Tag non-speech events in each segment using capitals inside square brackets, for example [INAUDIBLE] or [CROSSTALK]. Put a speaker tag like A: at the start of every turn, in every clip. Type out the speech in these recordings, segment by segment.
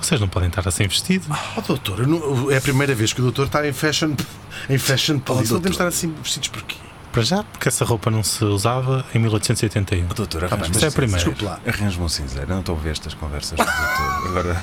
A: Vocês não podem estar assim vestidos.
B: Oh, doutor, eu não- é a primeira vez que o doutor está em fashion, em fashion police. não
C: doutor.
B: podemos estar assim vestidos porquê?
A: Para já, porque essa roupa não se usava em 1881.
C: Doutor,
B: Ah,
A: bem, mas isso é primeiro.
C: Desculpe lá. Arranja-me um cinzeiro. Eu não estou a ouvir estas conversas do doutor. Agora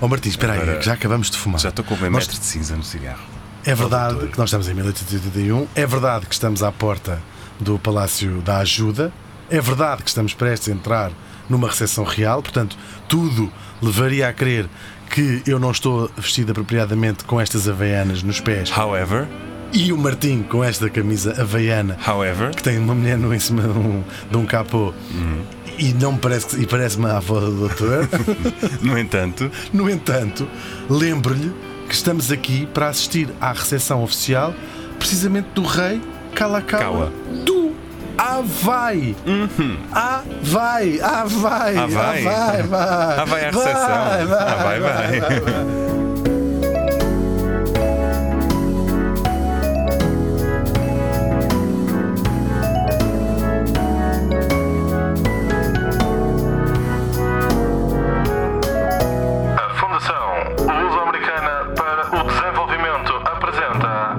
B: Oh, Martins, espera aí,
C: Agora-
B: que já acabamos de fumar.
C: já estou com o meu
B: Nós-
C: mestre de cinza no cigarro.
B: É verdade
C: doutor.
B: que nós estamos em 1881, é verdade que estamos à porta do Palácio da Ajuda, é verdade que estamos prestes a entrar numa recessão real, portanto, tudo levaria a crer que eu não estou vestido apropriadamente com estas havaianas nos pés
C: However,
B: e o Martim com esta camisa havaiana
C: however.
B: que tem uma mulher no, em cima de um, de um capô e não me parece que- e parece-me a avó do doutor. [LAUGHS]
C: No entanto,
B: No entanto, lembre-lhe que estamos aqui para assistir à recepção oficial, precisamente do rei Kalakaua
C: Kawa.
B: do Havaí.
C: Uhum.
B: Havaí, Havaí,
C: Havaí.
B: Havaí, vai.
C: ah, vai à recepção.
B: Vai, vai,
C: ah, vai, vai.
D: A Fundação Luso-Americana para o Desenvolvimento apresenta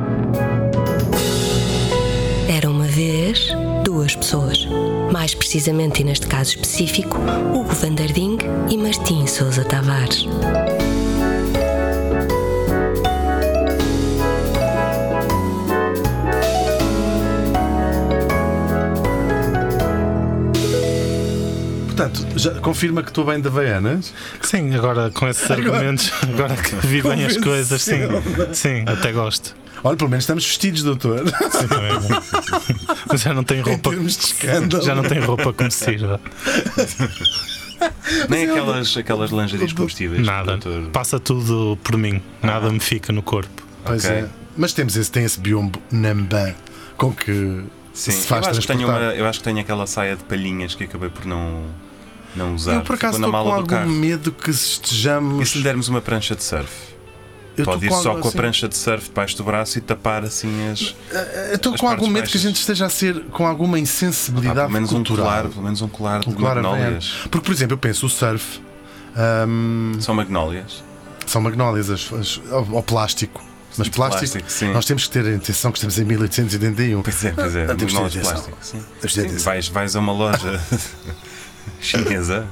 E: Era uma vez duas pessoas. Mais precisamente, e neste caso específico, Hugo Vanderding e Martim Souza Tavares.
B: Portanto, já confirma que estou bem de Havaianas.
A: Sim, agora com esses argumentos, agora que vi bem as coisas, sim, sim, até gosto.
B: Olha, pelo menos estamos vestidos, doutor. [LAUGHS]
A: Sim, também é bom. [LAUGHS] Mas já não tenho
B: em
A: roupa.
B: termos de escândalo.
A: Já não tenho roupa que me sirva.
C: [LAUGHS] Nem aquelas, aquelas lingeries comestíveis.
A: Nada.
C: Doutor.
A: Passa tudo por mim. Nada me fica no corpo.
B: Pois
C: Ok.
B: é. Mas temos esse, tem esse biombo Namban com que
C: Sim,
B: se faz
C: eu, acho que tenho
B: transportar.
C: uma- eu acho que tenho aquela saia de palhinhas que acabei por não, não usar.
B: Eu por acaso
C: Ficou
B: estou
C: na
B: com
C: mala
B: algum
C: do carro.
B: medo que
C: E se
B: estejamos.
C: lhe dermos uma prancha de surf?
B: Eu estou
C: Pode ir só
B: algo
C: com a
B: assim.
C: prancha de surf debaixo do braço e tapar assim as.
B: Eu estou
C: As
B: com algum medo
C: partes
B: que a
C: baixas.
B: gente esteja a ser com alguma
C: Pá,
B: insensibilidade
C: pelo menos um
B: cultural.
C: colar, pelo menos um colar de
B: Um colar
C: magnólias.
B: havaiano. Porque, por exemplo, eu penso o surf. hum,
C: São magnólias.
B: são magnólias, as, as, ao, ao plástico. Mas
C: de
B: plástico,
C: plástico, sim.
B: nós temos que ter atenção que estamos em 1881.
C: Pois é, pois é.
B: Ah, temos de ter
C: magnólias de
B: atenção.
C: plástico. Sim.
B: Temos de ter
C: Sim,
B: atenção.
C: Vais, vais a
B: [LAUGHS]
C: uma loja chinesa,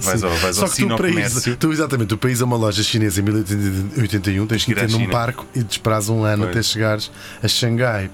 C: vais ao, vais
B: Só
C: ao
B: que tu, para ir-
C: sinocomércio.
B: tu, exatamente, tu país a uma loja chinesa em 1881, tens que
C: Ir à
B: meter num
C: China.
B: barco e te esperas um ano
C: Pois. Uhum.
B: até chegares a Xangai.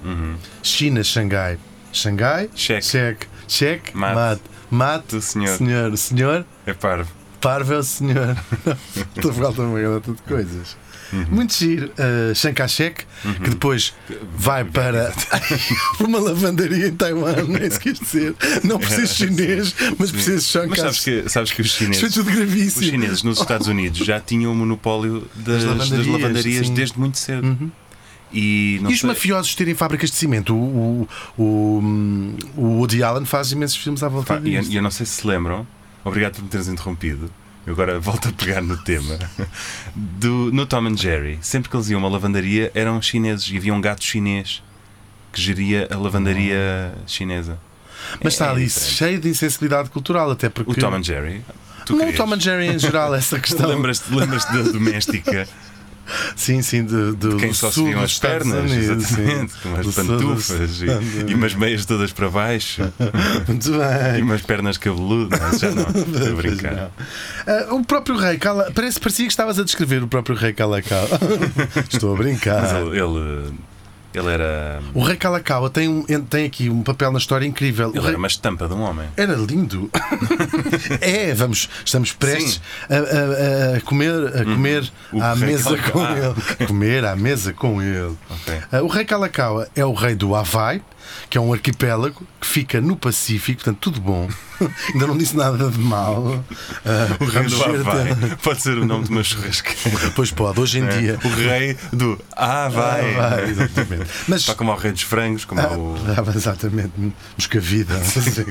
B: China, Xangai. Xangai,
C: Cheque.
B: cheque, cheque,
C: Mate.
B: mate, mate,
C: Tu, senhor.
B: senhor, senhor,
C: É parvo.
B: Parvo é o senhor. [LAUGHS] Estou falta uma garota de coisas.
C: Uhum.
B: Muito giro. Uh, Chiang Kai-shek, que depois vai para [LAUGHS] uma lavandaria em Taiwan, não é isso que quis dizer. Não preciso chinês, mas preciso de Chiang
C: Mas sabes
B: Kai-shek.
C: que, sabes que os
B: Isto foi
C: chineses.
B: tudo assim.
C: Os
B: gravíssimo.
C: chineses nos Estados Unidos já tinham o monopólio das, das lavandarias,
B: lavandarias, sim. Uhum.
C: desde muito cedo. E, não
B: E os
C: sei-
B: mafiosos terem fábricas de cimento? O, o, o, o Woody Allen faz imensos filmes à volta
C: Pá, e eu,
B: disso.
C: e eu não sei se se lembram, obrigado por me teres interrompido. Eu agora [LAUGHS] volto a pegar no tema. [LAUGHS] Do, no Tom and Jerry, sempre que eles iam a uma lavandaria eram chineses e havia um gato chinês que geria a lavandaria
B: Hum.
C: chinesa.
B: Mas está
C: é
B: ali
C: diferente.
B: cheio de insensibilidade cultural, até porque.
C: O Tom and Jerry. Tu
B: não, o
C: querias?
B: Tom and Jerry em geral,
C: [LAUGHS]
B: essa questão.
C: Lembras-te lembras
B: [LAUGHS]
C: da doméstica?
B: Sim, sim, do, do
C: Quem
B: do
C: só se
B: sul
C: viam
B: dos
C: as
B: Estados
C: pernas,
B: Unidos, sim.
C: exatamente, [LAUGHS] com
B: Do sul
C: umas
B: dos
C: pantufas
B: Estados
C: e, e
B: Unidos.
C: umas meias todas para baixo
B: Muito
C: e
B: bem.
C: umas pernas cabeludas. Não,
B: [LAUGHS]
C: isso Já não, estou a brincar.
B: Ah, o próprio rei Cala. Parece, parecia que estavas a descrever o próprio rei
C: [LAUGHS]
B: Calacau. Estou a
C: Mas é.
B: brincar.
C: ele, ele, ele era.
B: O rei Calacau tem, um, tem aqui um papel na história incrível. O
C: Ele
B: rei-
C: era uma estampa de um homem.
B: Era lindo. [LAUGHS] é, vamos, estamos prestes
C: Sim. Uhum.
B: a, a- a comer, a comer
C: O
B: à
C: rei
B: mesa
C: Kalakaua.
B: com ele. Comer à mesa com ele.
C: Ok.
B: Ah, o rei Kalakaua é o rei do Havaí, que é um arquipélago que fica no Pacífico, portanto, tudo
C: [LAUGHS]
B: bom. Ainda não disse nada de mal. Ah,
C: O rei
B: vamos
C: do
B: ver até-
C: Havaí. [LAUGHS] Pode ser o nome de uma churrasqueira.
B: Pois pode, hoje em [LAUGHS] dia.
C: O rei do
B: Ah, vai,
C: Havaí.
B: Ah, exatamente.
C: Exatamente.
B: Mas-
C: Tal como ao Rei dos Frangos, como ao.
B: Dava exatamente moscavida. não sei.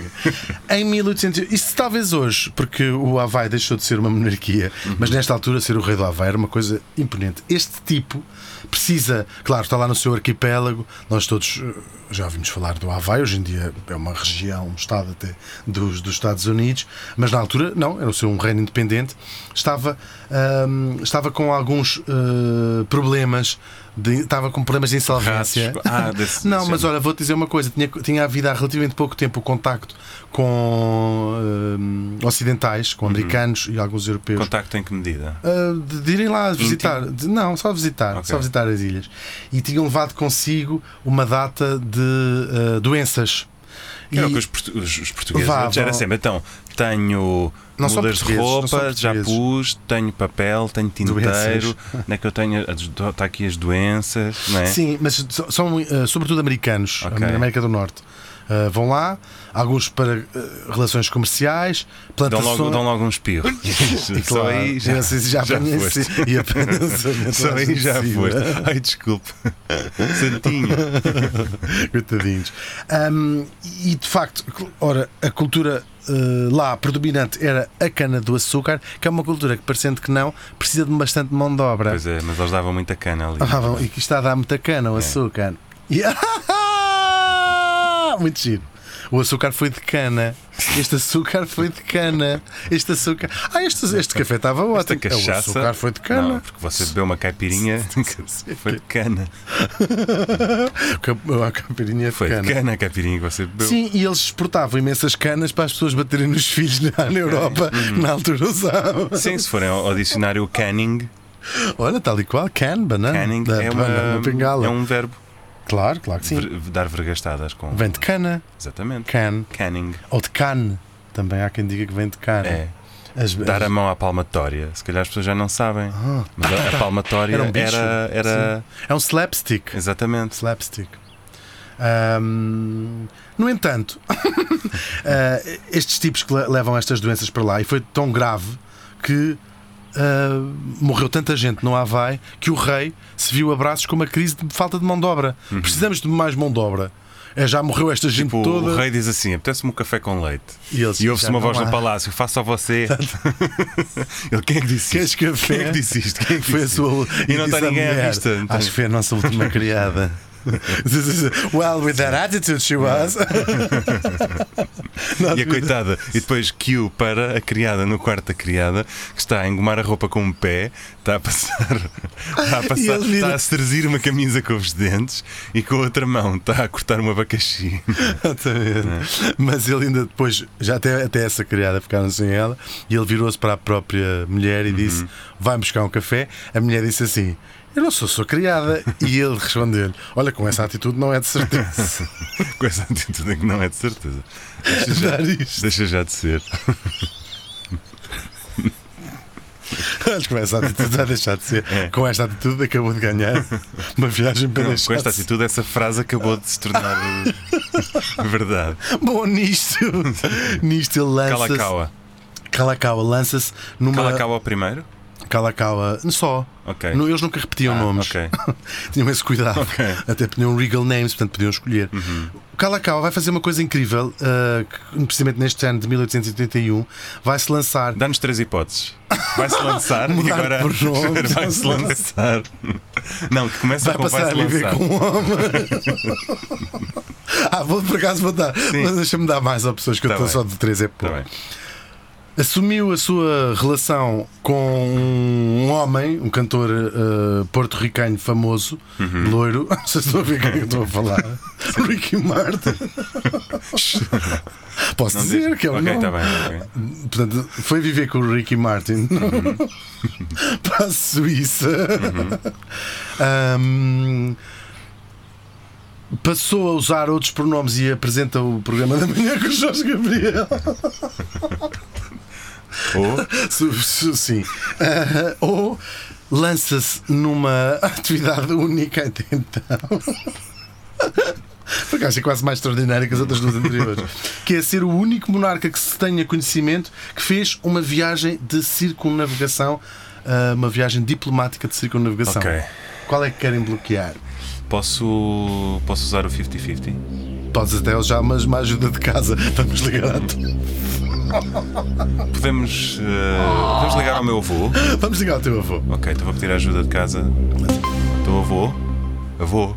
B: é. em 1800. Isso talvez hoje, porque o Havaí deixou de ser uma monarquia, mas nesta altura ser o rei do Havaí era uma coisa imponente. Este tipo precisa, claro, está lá no seu arquipélago. Nós todos eh, já ouvimos falar do Havaí, hoje em dia é uma região, um estado até dos, dos Estados Unidos, mas na altura não, era o seu um reino independente. Estava, ahm, estava com alguns eh, problemas. De, estava com problemas de insolvência.
C: Ratos. Ah, desse-
B: não,
C: desse
B: mas
C: género.
B: Olha, vou-te dizer uma coisa: tinha, tinha havido há relativamente pouco tempo o contacto com hum, ocidentais,
C: Uhum.
B: com americanos e alguns europeus.
C: Contacto em que medida?
B: Ah, de, de irem lá visitar, De- não, só visitar,
C: Ok.
B: só visitar as ilhas. E tinham levado consigo uma data de ah, doenças.
C: Que Era
B: E-
C: É o que os, portu- os- os portugueses
B: Levavam-
C: antes era sempre. Então, tenho
B: Não só
C: mudas de
B: portugueses, não só
C: roupa, já
B: portugueses.
C: pus, tenho papel, tenho tinteiro,
B: Doenças.
C: onde é que eu tenho. as- Está aqui as doenças, não é?
B: Sim, mas so- são eh, sobretudo americanos,
C: Ok.
B: na América do Norte. Eh, vão lá, alguns para eh, relações comerciais,
C: Dão
B: plantações.
C: logo, dão logo
B: [LAUGHS]
C: um espirro. Isso, Só aí já,
B: não sei se já,
C: [LAUGHS] já
B: apanhei-se
C: foste.
B: e apanhei-se [LAUGHS] a
C: [LAUGHS] Só aí já
B: tua
C: foste.
B: [LAUGHS]
C: Ai, desculpe. Santinho.
B: é? Coitadinhos. Ahm, e de facto, cl- ora, a cultura eh, lá predominante era a cana do açúcar, que é uma cultura que, parecendo que não, precisa de bastante mão de obra.
C: Pois é, mas eles davam muita cana ali.
B: Ah, bom, e que está a dar muita cana o açúcar. E- [LAUGHS] Muito giro. O açúcar foi de cana. Este açúcar foi de cana. Este açúcar. Ah, este, este café estava ótimo.
C: Esta
B: É, O
C: cachaça.
B: açúcar foi de cana.
C: Não, porque você bebeu
B: [LAUGHS]
C: uma caipirinha. foi de cana.
B: [LAUGHS] Cap- A capirinha de
C: Foi de
B: cana.
C: cana a caipirinha que você bebeu.
B: Sim, e eles exportavam imensas canas para as pessoas baterem nos filhos na, na Europa,
C: Uhum.
B: na altura usavam.
C: Sim, se forem ao ao dicionário canning,
B: Olha, tal e qual, can, banana.
C: canning
B: da-
C: é, uma,
B: banana, bengala.
C: é um verbo.
B: Claro, claro que sim.
C: Ver- dar vergastadas com.
B: Vem de cana,
C: Exatamente.
B: can.
C: Canning.
B: Ou de can. Também há quem diga que vem de cana.
C: É.
B: As-
C: Dar a
B: as-
C: mão à palmatória. Se calhar as pessoas já não sabem. Mas a, a palmatória
B: Ah, Era
C: era.
B: um bicho.
C: era,
B: É um slapstick.
C: exatamente.
B: Slapstick. Ahm, no entanto, [LAUGHS] ah, estes tipos que le- levam estas doenças para lá, e foi tão grave que ah, morreu tanta gente no Havaí que o rei se viu a braços com uma crise de falta de mão de obra. Precisamos de mais mão de obra. É, já morreu esta gente
C: Uhum. Tipo,
B: toda.
C: o rei diz assim: apetece-me um café com leite.
B: E eles,
C: E ouve-se
B: "Já
C: uma
B: não
C: voz
B: há."
C: no palácio: faça a você. [LAUGHS] Ele, quem é que disse
B: Queres
C: isto?
B: café?
C: Quem é que disse isto? Quem é
B: [LAUGHS]
C: que
B: Foi a
C: disse isto?"
B: sua.
C: E
B: disse
C: não está
B: à
C: ninguém à
B: mulher,
C: vista. então." não está
B: Acho que foi a nossa última
C: [LAUGHS]
B: criada. well, with that attitude she was. [LAUGHS]
C: E a coitada, e depois Q para a criada no quarto da criada, que está a engomar a roupa com um pé, está a passar, [LAUGHS] está a,
B: E
C: passar,
B: ele vira-
C: está a cerzir uma camisa com os dentes e com a outra mão está a cortar um abacaxi. [LAUGHS]
B: [LAUGHS] Exatamente.
C: É.
B: Mas ele ainda depois, já até, até essa criada ficaram sem ela, e ele virou-se para a própria mulher e
C: Uhum.
B: disse: Vai buscar um café. A mulher disse assim: Eu não sou sua criada. E ele respondeu-lhe: Olha, com essa atitude não é de
C: [LAUGHS]
B: certeza. [LAUGHS]
C: com essa atitude que não é de certeza. Deixa já,
B: Dar isto.
C: deixa já de ser.
B: Acho que com essa atitude vai deixar de ser. Com esta atitude acabou de ganhar uma viagem para
C: Não,
B: deixar
C: É. com esta
B: de ser.
C: atitude, essa frase acabou de
B: [LAUGHS]
C: se tornar eh, [LAUGHS] verdade.
B: Bom, nisto,
C: [LAUGHS]
B: nisto ele lança-se.
C: Calacaua.
B: Calacaua lança-se numa.
C: Calacaua primeiro?
B: Calacaua. Só.
C: Ok.
B: Não, eles nunca repetiam
C: Ah,
B: nomes.
C: ok.
B: [LAUGHS] tinham esse cuidado. Até tinham regal names, portanto podiam escolher.
C: Uhum.
B: O Calacaua vai fazer uma coisa incrível, ah, que, precisamente neste ano de 1881, vai-se lançar.
C: Dá-nos três hipóteses.
B: [LAUGHS]
C: Vai-se lançar e
B: Mudar
C: agora
B: por nome.
C: [LAUGHS] vai-se lançar. Não, que começa
B: Vai
C: com
B: passar a
C: vai-se
B: viver
C: lançar.
B: com um homem.
C: [LAUGHS]
B: ah, vou por acaso vou dar. Mas deixa-me dar mais opções, que
C: Tá
B: eu estou
C: bem.
B: só de três é
C: Tá
B: pouco.
C: bem.
B: Assumiu a sua relação com um homem, um cantor eh, porto-ricanho famoso,
C: Uhum.
B: loiro. [LAUGHS] Não sei se estou a ver quem é que estou a
C: [LAUGHS]
B: falar. Ricky Martin. Posso
C: Não
B: dizer
C: diz-
B: que é o
C: Ok,
B: nome.
C: tá bem. ok.
B: Portanto, foi viver com o Ricky Martin
C: Uhum.
B: [LAUGHS] para a Suíça. Ahm, passou a usar outros pronomes e apresenta o programa da manhã com o Jorge Gabriel.
C: Ou
B: Su- su- [LAUGHS] Sim. Ah, ou lança-se numa atividade única [LAUGHS] até então. Por acaso é quase mais extraordinária que as outras duas anteriores. Que é ser o único monarca que se tenha conhecimento que fez uma viagem de circunnavigação, ah, uma viagem diplomática de circunnavigação.
C: Ok.
B: Qual é que querem bloquear?
C: Posso, posso usar o 50-50?
B: Podes até usar mas uma ajuda de casa. Estamos ligados.
C: Podemos, eh, podemos ligar ao meu avô?
B: Vamos ligar ao teu avô.
C: Ok, então vou pedir a ajuda de casa. Então avô? Avô?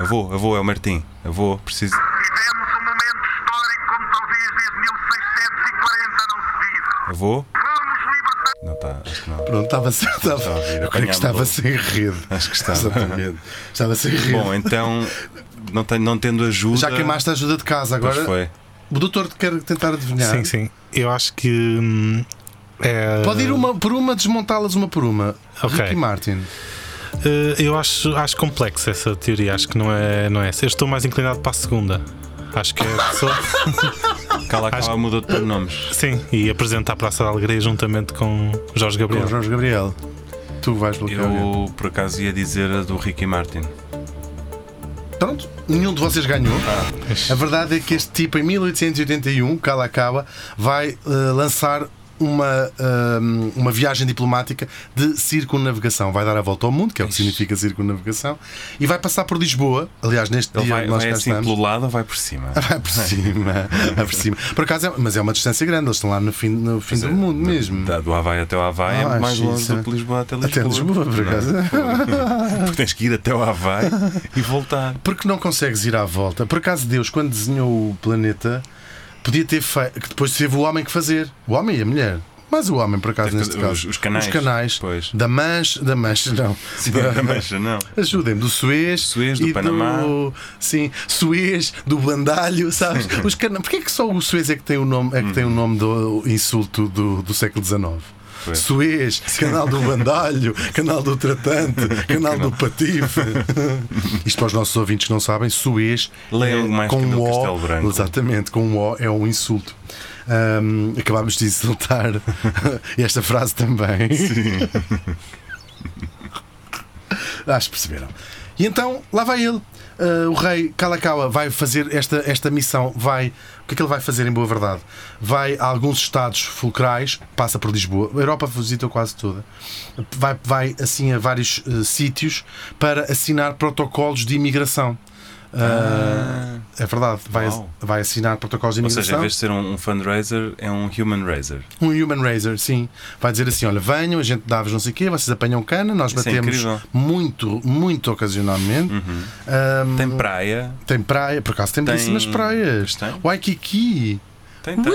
C: Avô, avô, é o Martim. Avô, preciso.
D: Tivemos um momento histórico como talvez desde 1640 não se vive.
C: Avô?
D: Vamos libertar.
C: Não está, acho que não.
B: Pronto, estava sem. Estava,
C: Estava a ouvir,
B: eu creio que
C: apanhámos
B: estava
C: logo.
B: sem rede.
C: [LAUGHS] Acho que estava.
B: Exatamente. Estava sem rede.
C: Bom, então, não, tenho, não tendo ajuda.
B: Já queimaste a ajuda de casa
C: Pois
B: agora.
C: foi.
B: O doutor quer tentar adivinhar.
A: Sim, sim. Eu acho que. hum, é-
B: Pode ir uma por uma, desmontá-las uma por uma.
A: Ok.
B: Ricky Martin.
A: Eh, eu acho, acho complexa essa teoria. Acho que não é, não é essa. Eu estou mais inclinado para a segunda. Acho que é a pessoa.
C: Cala, cala, mudou de pronomes.
A: Sim, e apresenta a Praça da Alegria juntamente com Jorge
B: Com
A: Gabriel.
B: o Jorge Gabriel. Tu vais bloquear. alguém.
C: Eu, por acaso, ia dizer a do Ricky Martin.
B: Pronto, nenhum de vocês ganhou.
C: Ah,
B: A verdade é que este tipo, em 1881, Kalakaua, um, vai eh, lançar uma, eh, uma viagem diplomática de circunnavigação. Vai dar a volta ao mundo, que é o que significa circunnavigação, e vai passar por Lisboa. Aliás, neste
C: Ele
B: dia
C: vai,
B: onde nós
C: vai
B: cá
C: assim
B: estamos. Ah,
C: pelo lado ou vai por cima?
B: [LAUGHS] Vai por cima, vai por cima. Por acaso, é- mas é uma distância grande, eles estão lá no fim, no fim
C: é.
B: do mundo mesmo.
C: Da- do Havaí até o Havaí
B: Ah,
C: é mais
B: acho
C: longe
B: isso.
C: do que Lisboa até Lisboa. é?
B: Até Lisboa, por acaso.
C: [LAUGHS] Porque tens que ir até o Havaí e voltar.
B: Porque não consegues ir à volta. Por acaso, Deus, quando desenhou o planeta, podia ter feito. que depois teve o homem que fazer. O homem e a mulher. Mas o homem, por acaso,
C: Deve
B: neste
C: fazer-
B: caso.
C: os- os canais.
B: Os canais.
C: Pois.
B: Da Mancha. Da Mancha, não.
C: Sim,
B: Da-
C: da mancha, não.
B: Ajudem-me, do Suez,
C: Suez, do Panamá.
B: sim, Suez, do Bandalho, sabes? Os cana... Porquê é que só o Suez é que tem o nome, é que
C: Hum.
B: tem o nome do insulto do, do século XIX?
C: Pois.
B: Suez, canal do Bandalho, canal do
C: [LAUGHS]
B: Tratante, canal do Patife. Isto para os nossos ouvintes que não sabem, Suez
C: Leiam
B: é,
C: mais
B: com
C: que
B: um
C: do
B: o,
C: Castelo Branco.
B: Exatamente, com um O é um insulto. Ahm, acabámos de insultar
C: [LAUGHS]
B: [LAUGHS] esta frase também. Acho que Ah, perceberam. E então, lá vai ele. Ah, o rei Kalakaua vai fazer esta, esta missão. Vai. O que é que ele vai fazer, em boa verdade? Vai a alguns estados fulcrais, passa por Lisboa. A Europa visita quase toda. Vai, vai assim a vários eh, sítios para assinar protocolos de imigração. Ah, é verdade. Vai,
C: Uau.
B: vai assinar protocolos de
C: Ou
B: imigração.
C: seja, em vez de ser um, um fundraiser, é um human raiser.
B: Um human raiser, sim. Vai dizer assim: olha, venham, a gente dá-vos não sei o quê, vocês apanham cana, nós
C: Isso é
B: batemos
C: incrível.
B: muito, muito ocasionalmente. Ahm,
C: Tem praia.
B: tem praia, por acaso tem,
C: Tem-
B: belíssimas praias.
C: Tem?
B: Waikiki.
C: Tem, tem.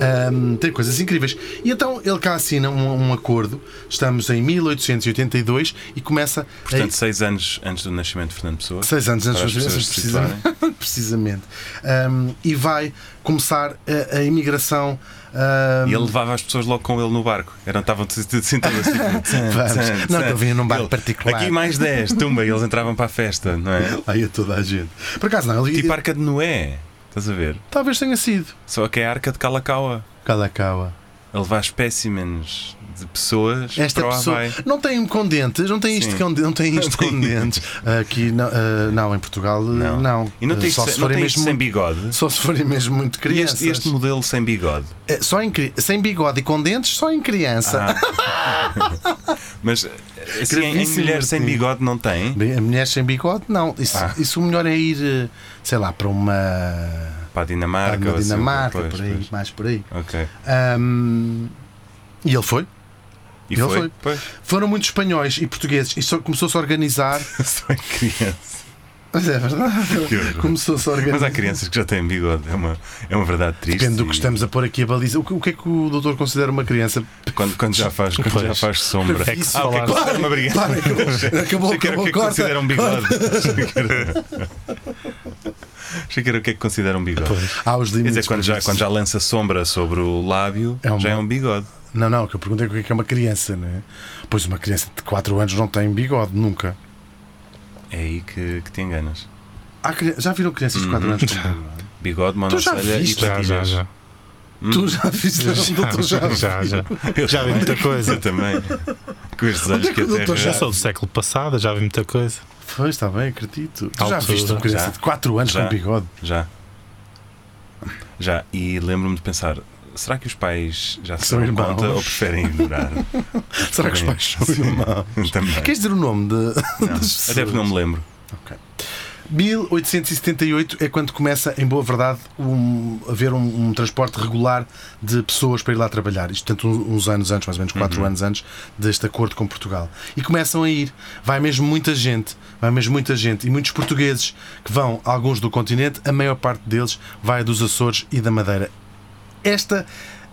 B: Ahm, tem coisas incríveis. E então ele cá assina um, um acordo. Estamos em 1882 e começa a,
C: Portanto, seis anos antes do nascimento de Fernando Pessoa.
B: Seis anos antes
C: Para
B: das
C: as
B: crianças,
C: pessoas se situarem.
B: precisamente. [LAUGHS] precisamente. Ahm, e vai começar a, a imigração. ahm,
C: E ele levava as pessoas logo com ele no barco. Eram, estavam t- t-
B: [LAUGHS]
C: sentadas tipo. tsan,
B: Vamos.
C: tsan,
B: Não, que
C: tsan.
B: eu vinha num barco
C: Ele,
B: particular.
C: Aqui mais 10, tumba, e eles entravam para a festa, não é?
B: Aí a toda a gente. Por acaso não, ele,
C: Tipo Arca de Noé. Estás a ver?
B: talvez tenha sido.
C: Só que é a Arca de Calacaua.
B: Kalakaua.
C: A levar espécimes de pessoas
B: Esta
C: para o
B: pessoa
C: Havaí.
B: não tem um com dentes, não tem isto
C: Sim.
B: com, não
C: [LAUGHS]
B: tem isto com dentes. Aqui não, ah, não, em Portugal não.
C: E não
B: Ah,
C: tem
B: só
C: isto-
B: se
C: não
B: forem
C: tem isto
B: mesmo
C: sem
B: muito,
C: bigode.
B: só se forem mesmo muito
C: E
B: crianças.
C: este, este modelo sem bigode.
B: É, só em, cri- sem bigode e com dentes, só em criança.
C: Ah. Mas assim, em- em
B: Gravíssimo,
C: mulher sem
B: Martim.
C: bigode não tem.
B: Bem, a mulher sem bigode, não. Isso,
C: Ah.
B: isso o melhor é ir, eh, sei lá, para uma.
C: Para a Dinamarca.
B: na
C: ou assim,
B: Dinamarca,
C: pois,
B: por aí,
C: pois.
B: mais por aí.
C: Ok.
B: Ahm, e ele foi.
C: E
B: Ele
C: foi?
B: foi.
C: Pois.
B: Foram muitos espanhóis e portugueses e só começou-se a
C: [LAUGHS]
B: organizar.
C: Só em criança.
B: Mas é verdade.
C: Que horror.
B: Começou-se a organizar.
C: Mas há crianças que já têm bigode. É uma, é uma verdade triste.
B: Depende do que
C: e
B: estamos a pôr aqui a baliza. O que, o que é que o doutor considera uma [LAUGHS] criança?
C: Quando, quando já faz, quando já
A: Pois.
C: faz sombra.
A: É que se
C: ah, ok,
A: falar-
C: claro, uma brigada.
B: Claro, acabou, acabou,
C: Achei que era o
B: acabou,
C: que é que
B: corta.
C: considera um bigode. Achei que era- Achei que era o que é que considera um bigode.
B: Há os
C: Quer
B: limites.
C: dizer, quando já,
B: para
C: quando
B: isso.
C: já lança sombra sobre o lábio,
B: É uma-
C: já é um bigode.
B: Não, não, o que eu perguntei é o que é que é uma criança, não é? Pois uma criança de 4 anos não tem bigode, nunca.
C: É aí que, que te enganas.
B: Há cri- Já viram crianças de
C: Uhum.
B: 4 anos com bigode?
C: Bigode,
B: já
C: monocelha e
B: viste?
A: Já, já,
B: [LAUGHS]
C: patilhas.
A: já.
C: Uhum.
B: Tu já viste?
A: Já,
C: [LAUGHS]
B: Tu já viste?
A: já, já.
B: Então
C: Eu
A: Já vi
C: também.
A: muita coisa.
C: Eu também. Com estes olhos
B: é
C: que
B: que
C: a
B: o doutor
A: Eu
C: terra
A: sou do século passado, já vi muita coisa.
B: Pois, está bem, acredito. Tu já
A: Altura.
B: viste uma criança
C: Já.
B: de 4 anos
C: Já.
B: com bigode?
C: Já. Já. E lembro-me de pensar: Será que os pais já se
B: São
C: dão
B: irmãos.
C: conta ou
B: [LAUGHS]
C: preferem ignorar?
B: Será que os pais são
C: Sim.
B: irmãos?
C: [LAUGHS] Também.
B: Queres dizer o nome de.
C: Não, Até porque não me lembro.
B: 1878 é quando começa, em boa verdade, um, a haver um, um transporte regular de pessoas para ir lá trabalhar. Isto, portanto, um- uns anos antes, mais ou menos 4 anos antes, deste acordo com Portugal. E começam a ir. Vai mesmo muita gente, vai mesmo muita gente. E muitos portugueses que vão, alguns do continente, a maior parte deles vai dos Açores e da Madeira. Esta.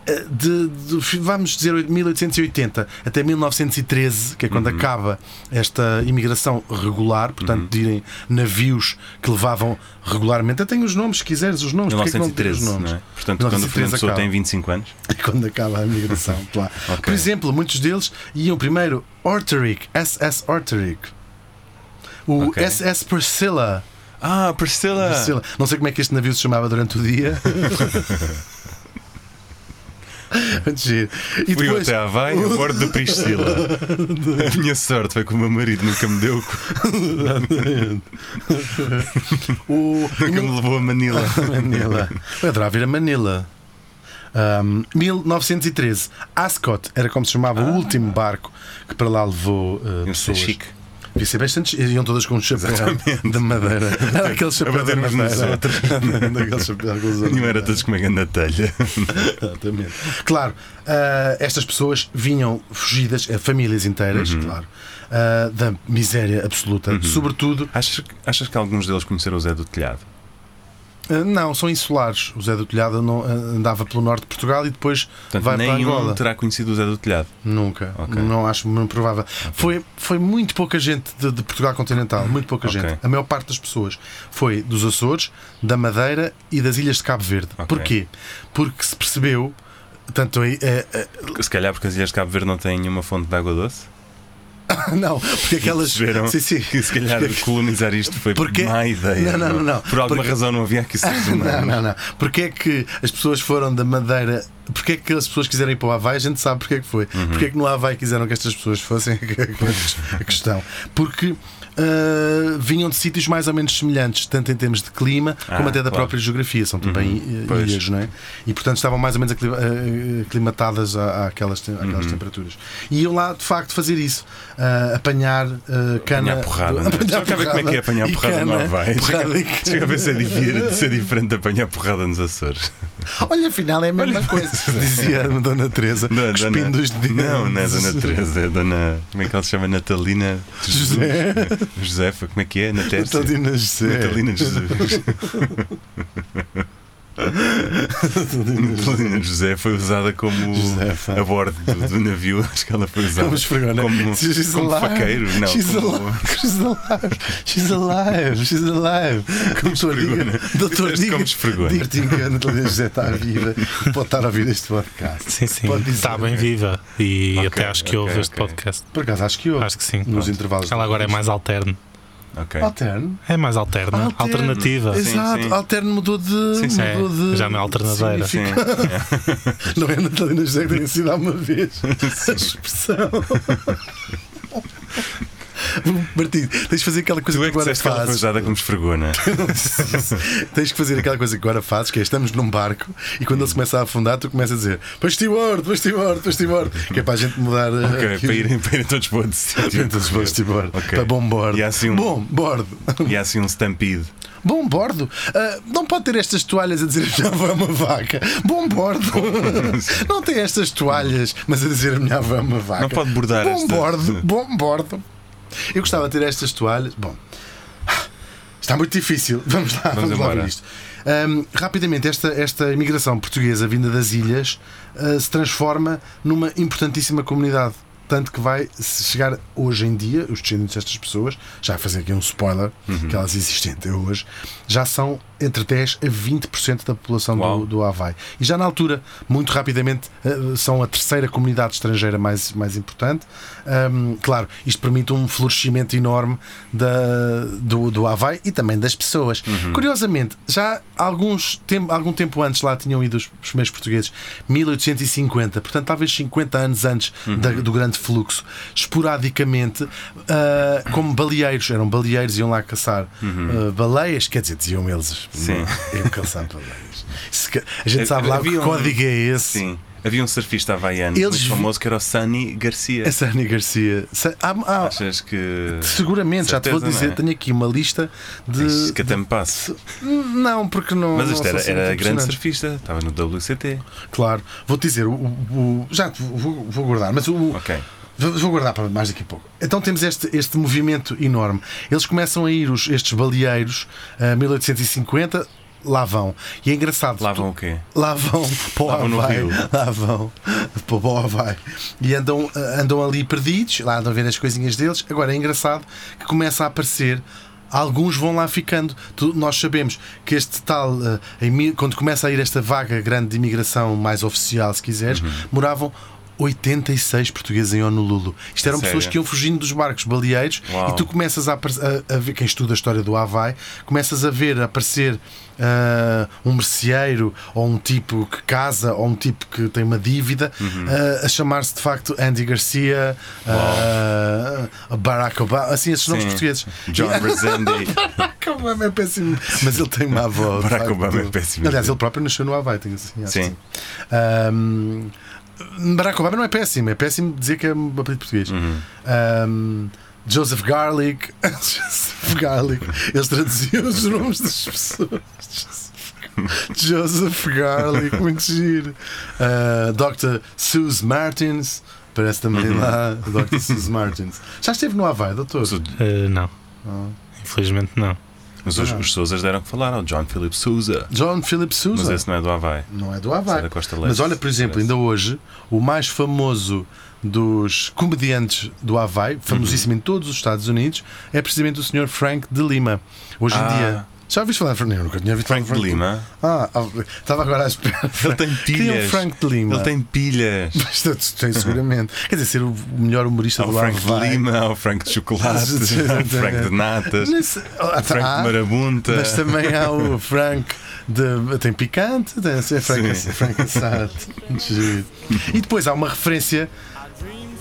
B: eh, De, de- vamos dizer 1880 até 1913, que é
C: Uhum.
B: quando acaba esta imigração regular, portanto, de irem navios que levavam regularmente. Eu tenho os nomes, se quiseres, os nomes. porque é que não tenho os
C: 1913, não,
B: nomes?
C: é? Portanto, quando o
B: 1913
C: Fernando Pessoa
B: acaba.
C: tem 25 anos,
B: E [LAUGHS] quando acaba a
C: [LAUGHS]
B: migração, claro.
C: Ok.
B: Por exemplo, muitos deles iam primeiro Orteric, SS Orteric. O
C: Ok.
B: SS Priscilla,
C: Ah, Priscila!
B: Priscilla. Não sei como é que este navio se chamava durante o
C: [LAUGHS]
B: dia. Muito giro. E
C: Fui
B: depois,
C: até à Havaí a bordo do Priscila.
B: [LAUGHS]
C: A minha sorte foi que o meu marido nunca me deu,
B: o,
C: nunca me levou
B: [LAUGHS]
C: a [LAUGHS] Manila.
B: Manila. Eu adorava ir a Manila. Um, 1913, Ascot era como se chamava o último barco que para lá levou uh,
C: Eu sou
B: pessoas.
C: Ah. chique.
B: Devia ser bastante. chi- Iam todas com um chapéu de
C: [LAUGHS]
B: madeira. Era aquele chapéu de
C: bater uns nos
B: madeira. [LAUGHS] Daquele chapéu com os outros.
C: Não era todos como é que anda a
B: [LAUGHS]
C: telha.
B: Exatamente. Claro, ah, estas pessoas vinham fugidas, eh, famílias inteiras,
C: Uhum.
B: claro, ah, da miséria absoluta. Sobretudo,
C: Achas, que- achas que alguns deles conheceram o Zé do Telhado?
B: ah, não, são insulares. O Zé do Telhado não, ah, andava pelo norte de Portugal e depois
C: Portanto,
B: vai para
C: nenhum
B: Angola.
C: terá conhecido o Zé do Telhado.
B: Nunca.
C: Ok.
B: Não acho muito provável. Foi, foi muito pouca gente de, de Portugal continental, muito pouca
C: Ok.
B: gente. A maior parte das pessoas foi dos Açores, da Madeira e das Ilhas de Cabo Verde.
C: Ok.
B: Porquê? Porque se percebeu, tanto aí. eh, eh,
C: Se calhar porque as Ilhas de Cabo Verde não têm nenhuma fonte de água doce.
B: não, porque aquelas.
C: Perceberam
B: Sim, sim.
C: que é se calhar colonizar isto foi
B: Porque-
C: má ideia. é?
B: Não, não, não, não.
C: Por alguma
B: Porque-
C: razão não havia aqui
B: [LAUGHS]
C: seres
B: Não,
C: humanos.
B: não, não. Porque é que as pessoas foram da Madeira? Porque é que as pessoas quiserem ir para o Havaí? A gente sabe porque é que foi.
C: Uhum.
B: Porque é que no Havaí quiseram que estas pessoas fossem? [LAUGHS] a questão. Porque ah, vinham de sítios mais ou menos semelhantes, tanto em termos de clima como
C: Ah,
B: até da
C: claro. Uhum.
B: própria geografia. São também eh,
C: Pois.
B: ilhas, não é? E portanto estavam mais ou menos acli- ah, aclimatadas à- àquelas, te- àquelas
C: Uhum.
B: temperaturas. E iam lá de facto fazer isso: Ah, apanhar ah, cana.
C: Apanhar porrada.
B: [LAUGHS]
C: Né? Já acabei como é que é apanhar
B: e
C: porrada no
B: cana,
C: Havaí.
B: porrada e cana.
C: [LAUGHS] Chega a ver se é, diferente, [LAUGHS] se é diferente de apanhar porrada nos Açores.
B: [LAUGHS] Olha, afinal é a mesma
C: Olha,
B: coisa, [LAUGHS] dizia a Dona Teresa,
C: Dona-
B: cuspindo os
C: dona-
B: dedinhos.
C: Não, não é Dona Teresa, é Dona. Como é que ela se chama? Natalina Jesus.
B: [LAUGHS] José.
C: Josefa, como é que é? Natércia.
B: Natalina José.
C: Natalina de Jesus. Natalina de José foi usada como
B: Josefa.
C: a bordo do, do navio. Acho que ela foi usada
B: Como né? esfregona.
C: como,
B: She's
C: como
B: alive.
C: faqueiro. Não,
B: she's,
C: como-
B: alive. she's alive. She's alive. She's alive. Doutor Diga. Doutor
C: esfregona. né? Disseste
B: Diga.
C: como né? esfregona.
B: Diga-te que a Natalina José está viva. Pode estar a ouvir este podcast.
A: Sim, sim.
B: Pode dizer.
A: Está bem viva. E
C: Ok,
A: até acho que
C: ok,
A: ouve este
C: ok.
A: podcast.
B: Por acaso, acho que eu.
A: Acho que sim.
B: Nos
A: Pronto.
B: intervalos.
A: Ela agora é mais alterno.
C: Ok.
B: Alterno.
A: É mais alterna.
B: Alterno.
A: Alternativa.
C: Sim,
B: Exato.
C: sim.
B: Alterno mudou de.
C: Sim, sim.
B: mudou de-
A: Já não é alternadeira.
B: significado.
C: Sim.
B: [LAUGHS] Não é a Natalina José que tem sido alguma
C: [LAUGHS]
B: vez a expressão. Martim, tens de fazer aquela coisa
C: Tu
B: que
C: é que
B: agora
C: disseste que ela foi
B: fazes.
C: usada como
B: [LAUGHS]
C: esfregona.
B: tens que fazer aquela coisa que agora fazes, que é estamos num barco e quando ele se começa a afundar, tu começas a dizer para Steward, para Steward, para Steward, que é para a gente mudar. uh,
C: Uhum. Ok,
B: aqui
C: para
B: o- [LAUGHS]
C: irem, para irem todos para outro sítio.
B: Para todos para Steward,
C: Ok.
B: para bom bordo.
C: E há assim um-
B: Bom bordo.
C: E há assim um stampede.
B: Bom bordo. Ah, não pode ter estas toalhas a dizer que minha avó é uma vaca. Bom bordo.
C: [LAUGHS]
B: não tem estas toalhas, mas a dizer a minha avó é uma vaca.
C: Não pode bordar
B: Bom
C: esta-
B: bordo. Bom bordo. Eu gostava de ter estas toalhas. Bom. Está muito difícil. [LAUGHS] Vamos lá, vamos, lá
C: embora.
B: ver isto. Ahm, rapidamente, esta, esta imigração portuguesa vinda das ilhas ah, se transforma numa importantíssima comunidade. Tanto que vai se chegar hoje em dia, os descendentes destas pessoas, já a fazer aqui um spoiler,
C: Uhum.
B: que elas existem até hoje, já são entre 10 a 20% da população
C: Uau.
B: do, do Havaí. E já na altura, muito rapidamente, ah, são a terceira comunidade estrangeira mais, mais importante. Ahm, claro, isto permite um florescimento enorme da, do, do Havaí e também das pessoas.
C: Uhum.
B: Curiosamente, já alguns tem- algum tempo antes lá tinham ido os, os primeiros portugueses, 1850, portanto, talvez 50 anos antes
C: Uhum.
B: da- do grande fluxo, esporadicamente, ah, como baleeiros, eram baleeiros, iam lá caçar ah, baleias, quer dizer, diziam eles, isto.
C: Uhum. Sim.
B: É incansável. isto. Se ca- A
C: [LAUGHS]
B: gente sabe lá que
C: Havia um-
B: código é esse.
C: Sim. Havia um surfista havaiano
B: Eles
C: muito
B: vi-
C: famoso que era o Sunny Garcia.
B: A Sani Garcia. Sa- há- há-
C: Achas que.
B: seguramente, já te vou
C: Certeza,
B: dizer,
C: não é?
B: tenho aqui uma lista de.
C: Isso que até me passo.
B: Não, porque não.
C: Mas
B: não
C: este
B: são
C: era,
B: assim
C: era
B: muito
C: grande
B: impressionantes.
C: surfista, estava no WCT.
B: Claro, vou-te dizer, o, o- o- já te vou, vou guardar, mas o.
C: Ok.
B: Vou vou guardar para mais daqui a pouco. Então temos este, este movimento enorme. Eles começam a ir, os, estes baleeiros, eh, a 1850, lá vão. E é engraçado.
C: Lá
B: tu-
C: vão o quê?
B: Lá vão [LAUGHS] para o
C: Lá vão no
B: Havaí.
C: Rio.
B: [LAUGHS] Lá Ah, vão para o Havaí. E andam, andam ali perdidos, lá andam a ver as coisinhas deles. Agora é engraçado que começa a aparecer. Alguns vão lá ficando. Tu- nós sabemos que este tal, eh, em mil- quando começa a ir esta vaga grande de imigração mais oficial, se quiseres, moravam 86 portugueses em Honolulu. Isto eram
C: Sério?
B: pessoas que iam fugindo dos barcos baleeiros
C: Uau.
B: e tu começas a, apare- a- a ver, quem estuda a história do Havaí, começas a ver aparecer ah, um merceeiro ou um tipo que casa ou um tipo que tem uma dívida
C: Uhum.
B: ah, a chamar-se de facto Andy Garcia, ah, Barack Obama, assim esses nomes
C: Sim.
B: portugueses. [LAUGHS]
C: John Resendi.
B: Barack Obama é péssimo, mas ele tem uma avó. de
C: Barack
B: facto.
C: Obama é péssimo.
B: Aliás, ele próprio nasceu no Havaí, tenho assim. acho
C: Sim.
B: que sim. Ahm, Barack Obama não é péssimo, é péssimo dizer que é um apelido português. Ahm, Joseph Garlic, [LAUGHS] Joseph Garlic, eles traduziam os nomes das pessoas. [LAUGHS] Joseph Garlic, muito giro. Ah, Dr. Suze Martins, parece também
C: Uhum.
B: lá. Dr. Suze Martins. Já esteve no Havaí, doutor?
A: Eh, não.
B: Ah.
A: Infelizmente não.
C: Mas os, os Sousas deram que falar ao John Philip Sousa.
B: John Philip
C: Mas
B: Sousa.
C: esse não é do Havaí.
B: Não é do
C: Esse é
B: Havaí.
C: da Costa Leste.
B: Mas olha, por exemplo, ainda hoje, o mais famoso dos comediantes do Havaí, famosíssimo
C: Uhum.
B: em todos os Estados Unidos, é precisamente o Sr. Frank de Lima. Hoje em
C: Ah.
B: dia. Já ouviste falar de Frank? Eu nunca tinha ouvido falar
C: Frank de Lima.
B: Ah, ah, estava agora à espera.
C: Ele tem
B: Queria
C: pilhas.
B: um Frank de Lima. [LAUGHS]
C: Ele tem pilhas.
B: Isto Tem seguramente. Quer dizer, ser o melhor humorista
C: Ao
B: do
C: Ah, Frank de
B: Havaí.
C: Lima, ao Frank
B: [LAUGHS]
C: de Chocolate, ao Frank de Natas,
B: Não sei- Ah,
C: Frank
B: tá.
C: de Marabunta.
B: Mas também há o
C: [LAUGHS]
B: Frank de. Tem picante, tem é Frank,
C: Sim.
B: Frank assado. Giro. E depois há uma referência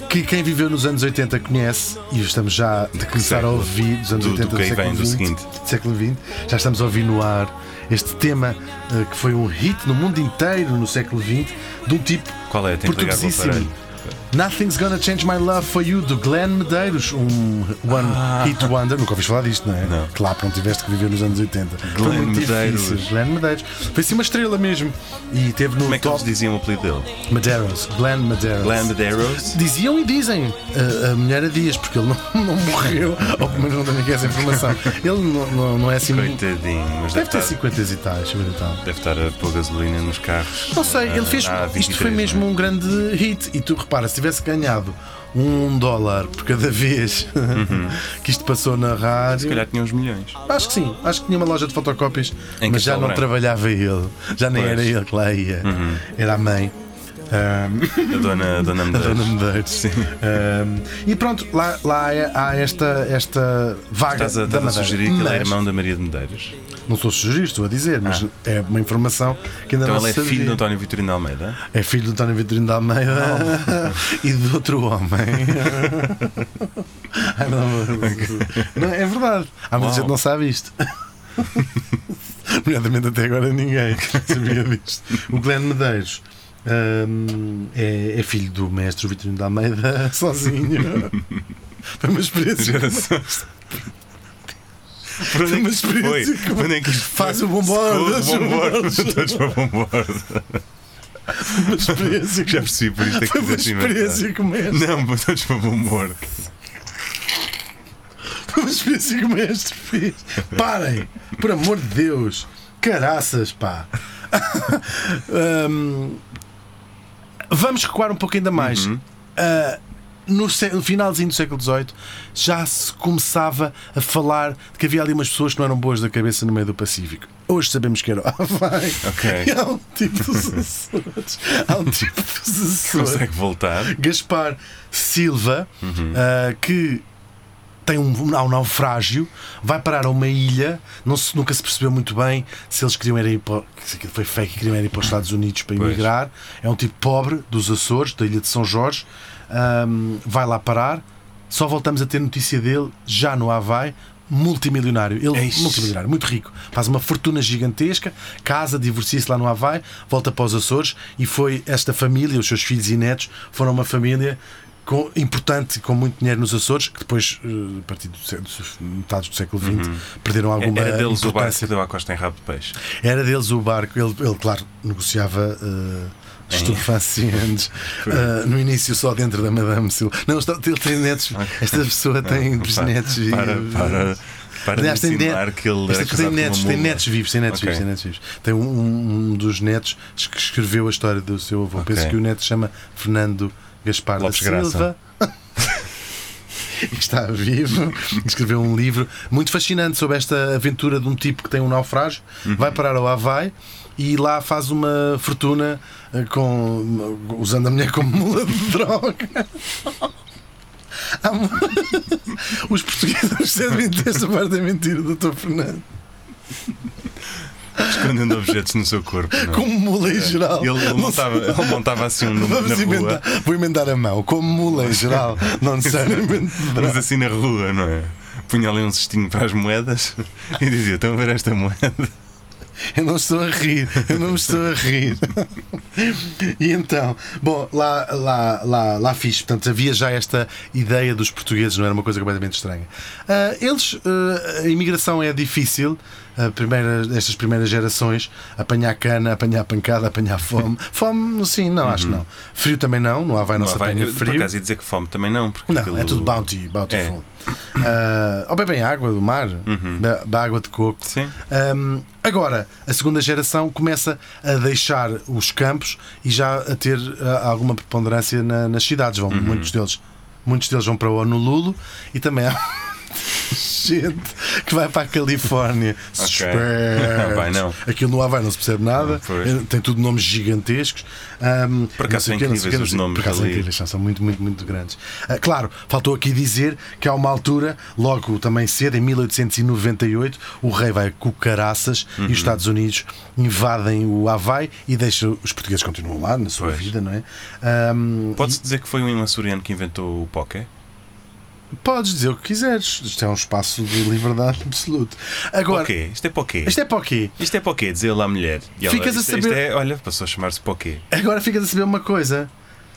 B: que quem viveu nos anos 80 conhece, e estamos já de começar a
C: século?
B: ouvir dos anos
C: Do- do
B: 80
C: que
B: século
C: vem do
B: XX,
C: seguinte.
B: do século XX, já estamos a ouvir no ar este tema eh, que foi um hit no mundo inteiro no século XX, de um tipo
C: Qual é? Tem que ligar para o
B: portuguesíssimo.
C: aparelho.
B: Nothing's Gonna Change My Love For You do Glenn Medeiros, um One Hit Wonder. Nunca ouviste falar disto, não é?
C: Ah. Não.
B: Claro, não tiveste que viver nos anos 80. Foi
C: Glenn
B: muito
C: Medeiros.
B: difícil. Glenn Medeiros. Foi assim uma estrela mesmo. E teve no
C: Como é que eles
B: top
C: diziam o apelido dele?
B: Medeiros. Glenn Medeiros.
C: Glenn Medeiros?
B: Diziam e dizem a, a mulher a dias, porque ele não, [LAUGHS] não morreu, ou pelo menos não tenho aqui essa informação. Ele não, não, não é assim. muito-
C: Coitadinho, mas
B: Deve
C: deve
B: ter
C: estar,
B: 50 e tal, 50 e tal.
C: deve estar a pôr gasolina nos carros.
B: Não sei, ele
C: ah,
B: fez.
C: há
B: isto foi
C: 23,
B: mesmo
C: não é?
B: um grande hit. E tu repara, se tivesse ganhado um dólar por cada vez [LAUGHS] que isto passou na
C: Se
B: rádio.
C: calhar tinha uns milhões.
B: Acho que sim, acho que tinha uma loja de fotocópias,
C: Em
B: mas já
C: Castelo
B: não
C: Branco.
B: trabalhava ele. Já nem
C: Pois. Uhum.
B: era ele que lá ia. Era a mãe.
C: [LAUGHS]
B: Ahm,
C: A dona, a dona
B: a dona Medeiros.
C: Medeiros.
B: Ahm, e pronto, lá, lá é- há esta, esta vaga.
C: Estás
B: da
C: a, estás a
B: Madeira.
C: sugerir que ele é
B: Mas-
C: irmão da Maria de Medeiros? Então
B: Não sou a sugerir, estou a dizer, mas é uma informação que ainda
C: Então
B: não
C: ele é
B: se
C: filho de
B: sabia.
C: António Vitorino
B: [LAUGHS]
C: de Almeida?
B: É filho do António Vitorino da Almeida [LAUGHS] e do outro homem. Ai, não, não, é verdade. Há muita
C: Uau.
B: gente que não sabe isto. Nomeadamente até agora ninguém sabia disto. O Glenn Medeiros. hum, é, é filho do mestre Vitorino da Almeida [LAUGHS] sozinho. Foi uma experiência.
C: Gerações. [LAUGHS] Por onde é
B: Uma
C: que isto foi?
B: experiência que-
C: Por onde é que isto foi?
B: Faz o bombordo,
C: Socorro, bombordo, [LAUGHS] todos para o bombordo.
B: Uma experiência que
C: Já percebi por isto é que
B: Foi uma
C: fizeste inventar.
B: experiência que o mestre.
C: Não, mas todos para o bombordo.
B: Foi uma experiência que o mestre fez. Parem, por amor de Deus. Caraças, pá. [LAUGHS] Hum, vamos recuar um pouco ainda mais.
C: Uhum.
B: Ah, no, sé- no finalzinho do século XVIII já se começava a falar de que havia ali umas pessoas que não eram boas da cabeça no meio do Pacífico. Hoje sabemos que era o [LAUGHS] Havaí.
C: Ok.
B: E há um tipo [LAUGHS] dos Açores. Há um tipo dos Açores.
C: Consegue voltar?
B: Gaspar Silva, ah, que tem um, há um naufrágio, vai parar a uma ilha, não se- nunca se percebeu muito bem se eles queriam era ir para. Se aquilo foi fake, queriam era ir para os Estados Unidos para
C: Pois.
B: emigrar. É um tipo pobre dos Açores, da ilha de São Jorge, ehm, ahm, vai lá parar. Só voltamos a ter notícia dele já no Havaí, multimilionário. Ele
A: Eish.
B: multimilionário, muito rico. Faz uma fortuna gigantesca, casa, divorcia-se lá no Havaí, volta para os Açores e foi esta família, os seus filhos e netos, foram uma família com, importante, com muito dinheiro nos Açores, que depois, eh, a partir do, sé- dos metades do século XX, perderam alguma
C: Uhum. Era É, deles o barco
B: importância.
C: que deu à costa em rabo de peixe.
B: Era deles o barco. Ele, ele, claro, negociava uh,
C: [LAUGHS]
B: estupefacientes eh, no início só dentro da Madame Silva. Não, está, ele tem netos. Esta pessoa tem
C: Pa-
B: bisnetos. e-
C: Para, para, para
B: Aliás,
C: de
B: tem,
C: insinuar
B: net-
C: que ele era
B: esta pessoa
C: casado
B: tem
C: com
B: netos,
C: uma
B: tem
C: mula.
B: netos vivos, tem netos
C: Ok.
B: vivos, tem netos vivos. Tem um, um- um dos netos que escreveu a história do seu avô.
C: Ok.
B: Penso que o neto se chama Fernando Gaspar
C: Lopes
B: da
C: Graça.
B: Silva. que [LAUGHS] Está vivo, escreveu um livro muito fascinante sobre esta aventura de um tipo que tem um naufrágio,
C: Uhum.
B: vai parar ao Havaí e lá faz uma fortuna eh, com, usando a mulher como mula de [LAUGHS] droga. Há mu- [LAUGHS] Os portugueses devem ter esta parte da mentira do Dr. Fernando.
C: Escondendo objetos no seu corpo. não é?
B: Como mula em geral.
C: Ele, ele
B: Não [LAUGHS]
C: montava, ele montava assim um número
B: Vamos
C: na
B: emendar,
C: rua,
B: vou emendar a mão. Como mula em
C: [LAUGHS]
B: geral, não necessariamente.
C: mas assim na rua, não é? Punha ali um cestinho para as moedas [LAUGHS] e dizia: Estão a ver esta moeda?
B: [LAUGHS] Eu não estou a rir, eu não me estou a rir. E então, bom, lá, lá, lá, lá fiz. Portanto, havia já esta ideia dos portugueses, não era uma coisa completamente estranha. Ah, eles, ah, a imigração é difícil. A primeira, estas primeiras gerações, apanhar cana, apanhar pancada, apanhar fome.
C: [LAUGHS]
B: Fome, sim, não, acho que não. Frio também não, não há vai, não
C: Lá
B: se
C: Uhum. vai,
B: apanha
C: eu, por
B: frio.
C: acaso ia dizer que fome também não. Porque
B: Não,
C: aquilo- é.
B: é tudo bounty, bountiful. Ah, ou bebem água do mar,
C: Uhum.
B: da, da água de coco.
C: Sim.
B: Ahm, agora, a segunda geração começa a deixar os campos e já a ter ah, alguma preponderância na- nas cidades.
C: Uhum.
B: Vão, muitos, deles, muitos deles vão para o Honolulu e também há [LAUGHS] gente que vai para a Califórnia. Suspeito.
C: Vai não.
B: Aquilo no Havaí não se percebe nada.
C: Pois.
B: Tem tudo nomes gigantescos. Ahm,
C: Por acaso
B: não sei o
C: são
B: quê, não sei o
C: incríveis
B: quê, não
C: os
B: sei-
C: nomes
B: Por acaso são
C: ali.
B: incríveis, são- são muito, muito, muito grandes. Ah, claro, faltou aqui dizer que há uma altura, logo também cedo, em 1898, o rei vai com caraças e
C: Uhum.
B: os Estados Unidos invadem o Havaí e deixam os portugueses continuam lá na sua
C: Pois.
B: vida, não é? Ahm,
C: Pode-se dizer que foi um açoriano que inventou o poké?
B: podes dizer o que quiseres. Isto é um espaço de liberdade [LAUGHS] absoluta. Agora,
C: Poké? Isto é poké.
B: isto é para o quê?
C: Isto é poké, dizia lá a mulher. E ela,
B: Ficas a
C: isto, isto
B: saber-
C: é, olha, passou a chamar-se poké.
B: Agora ficas a saber uma coisa.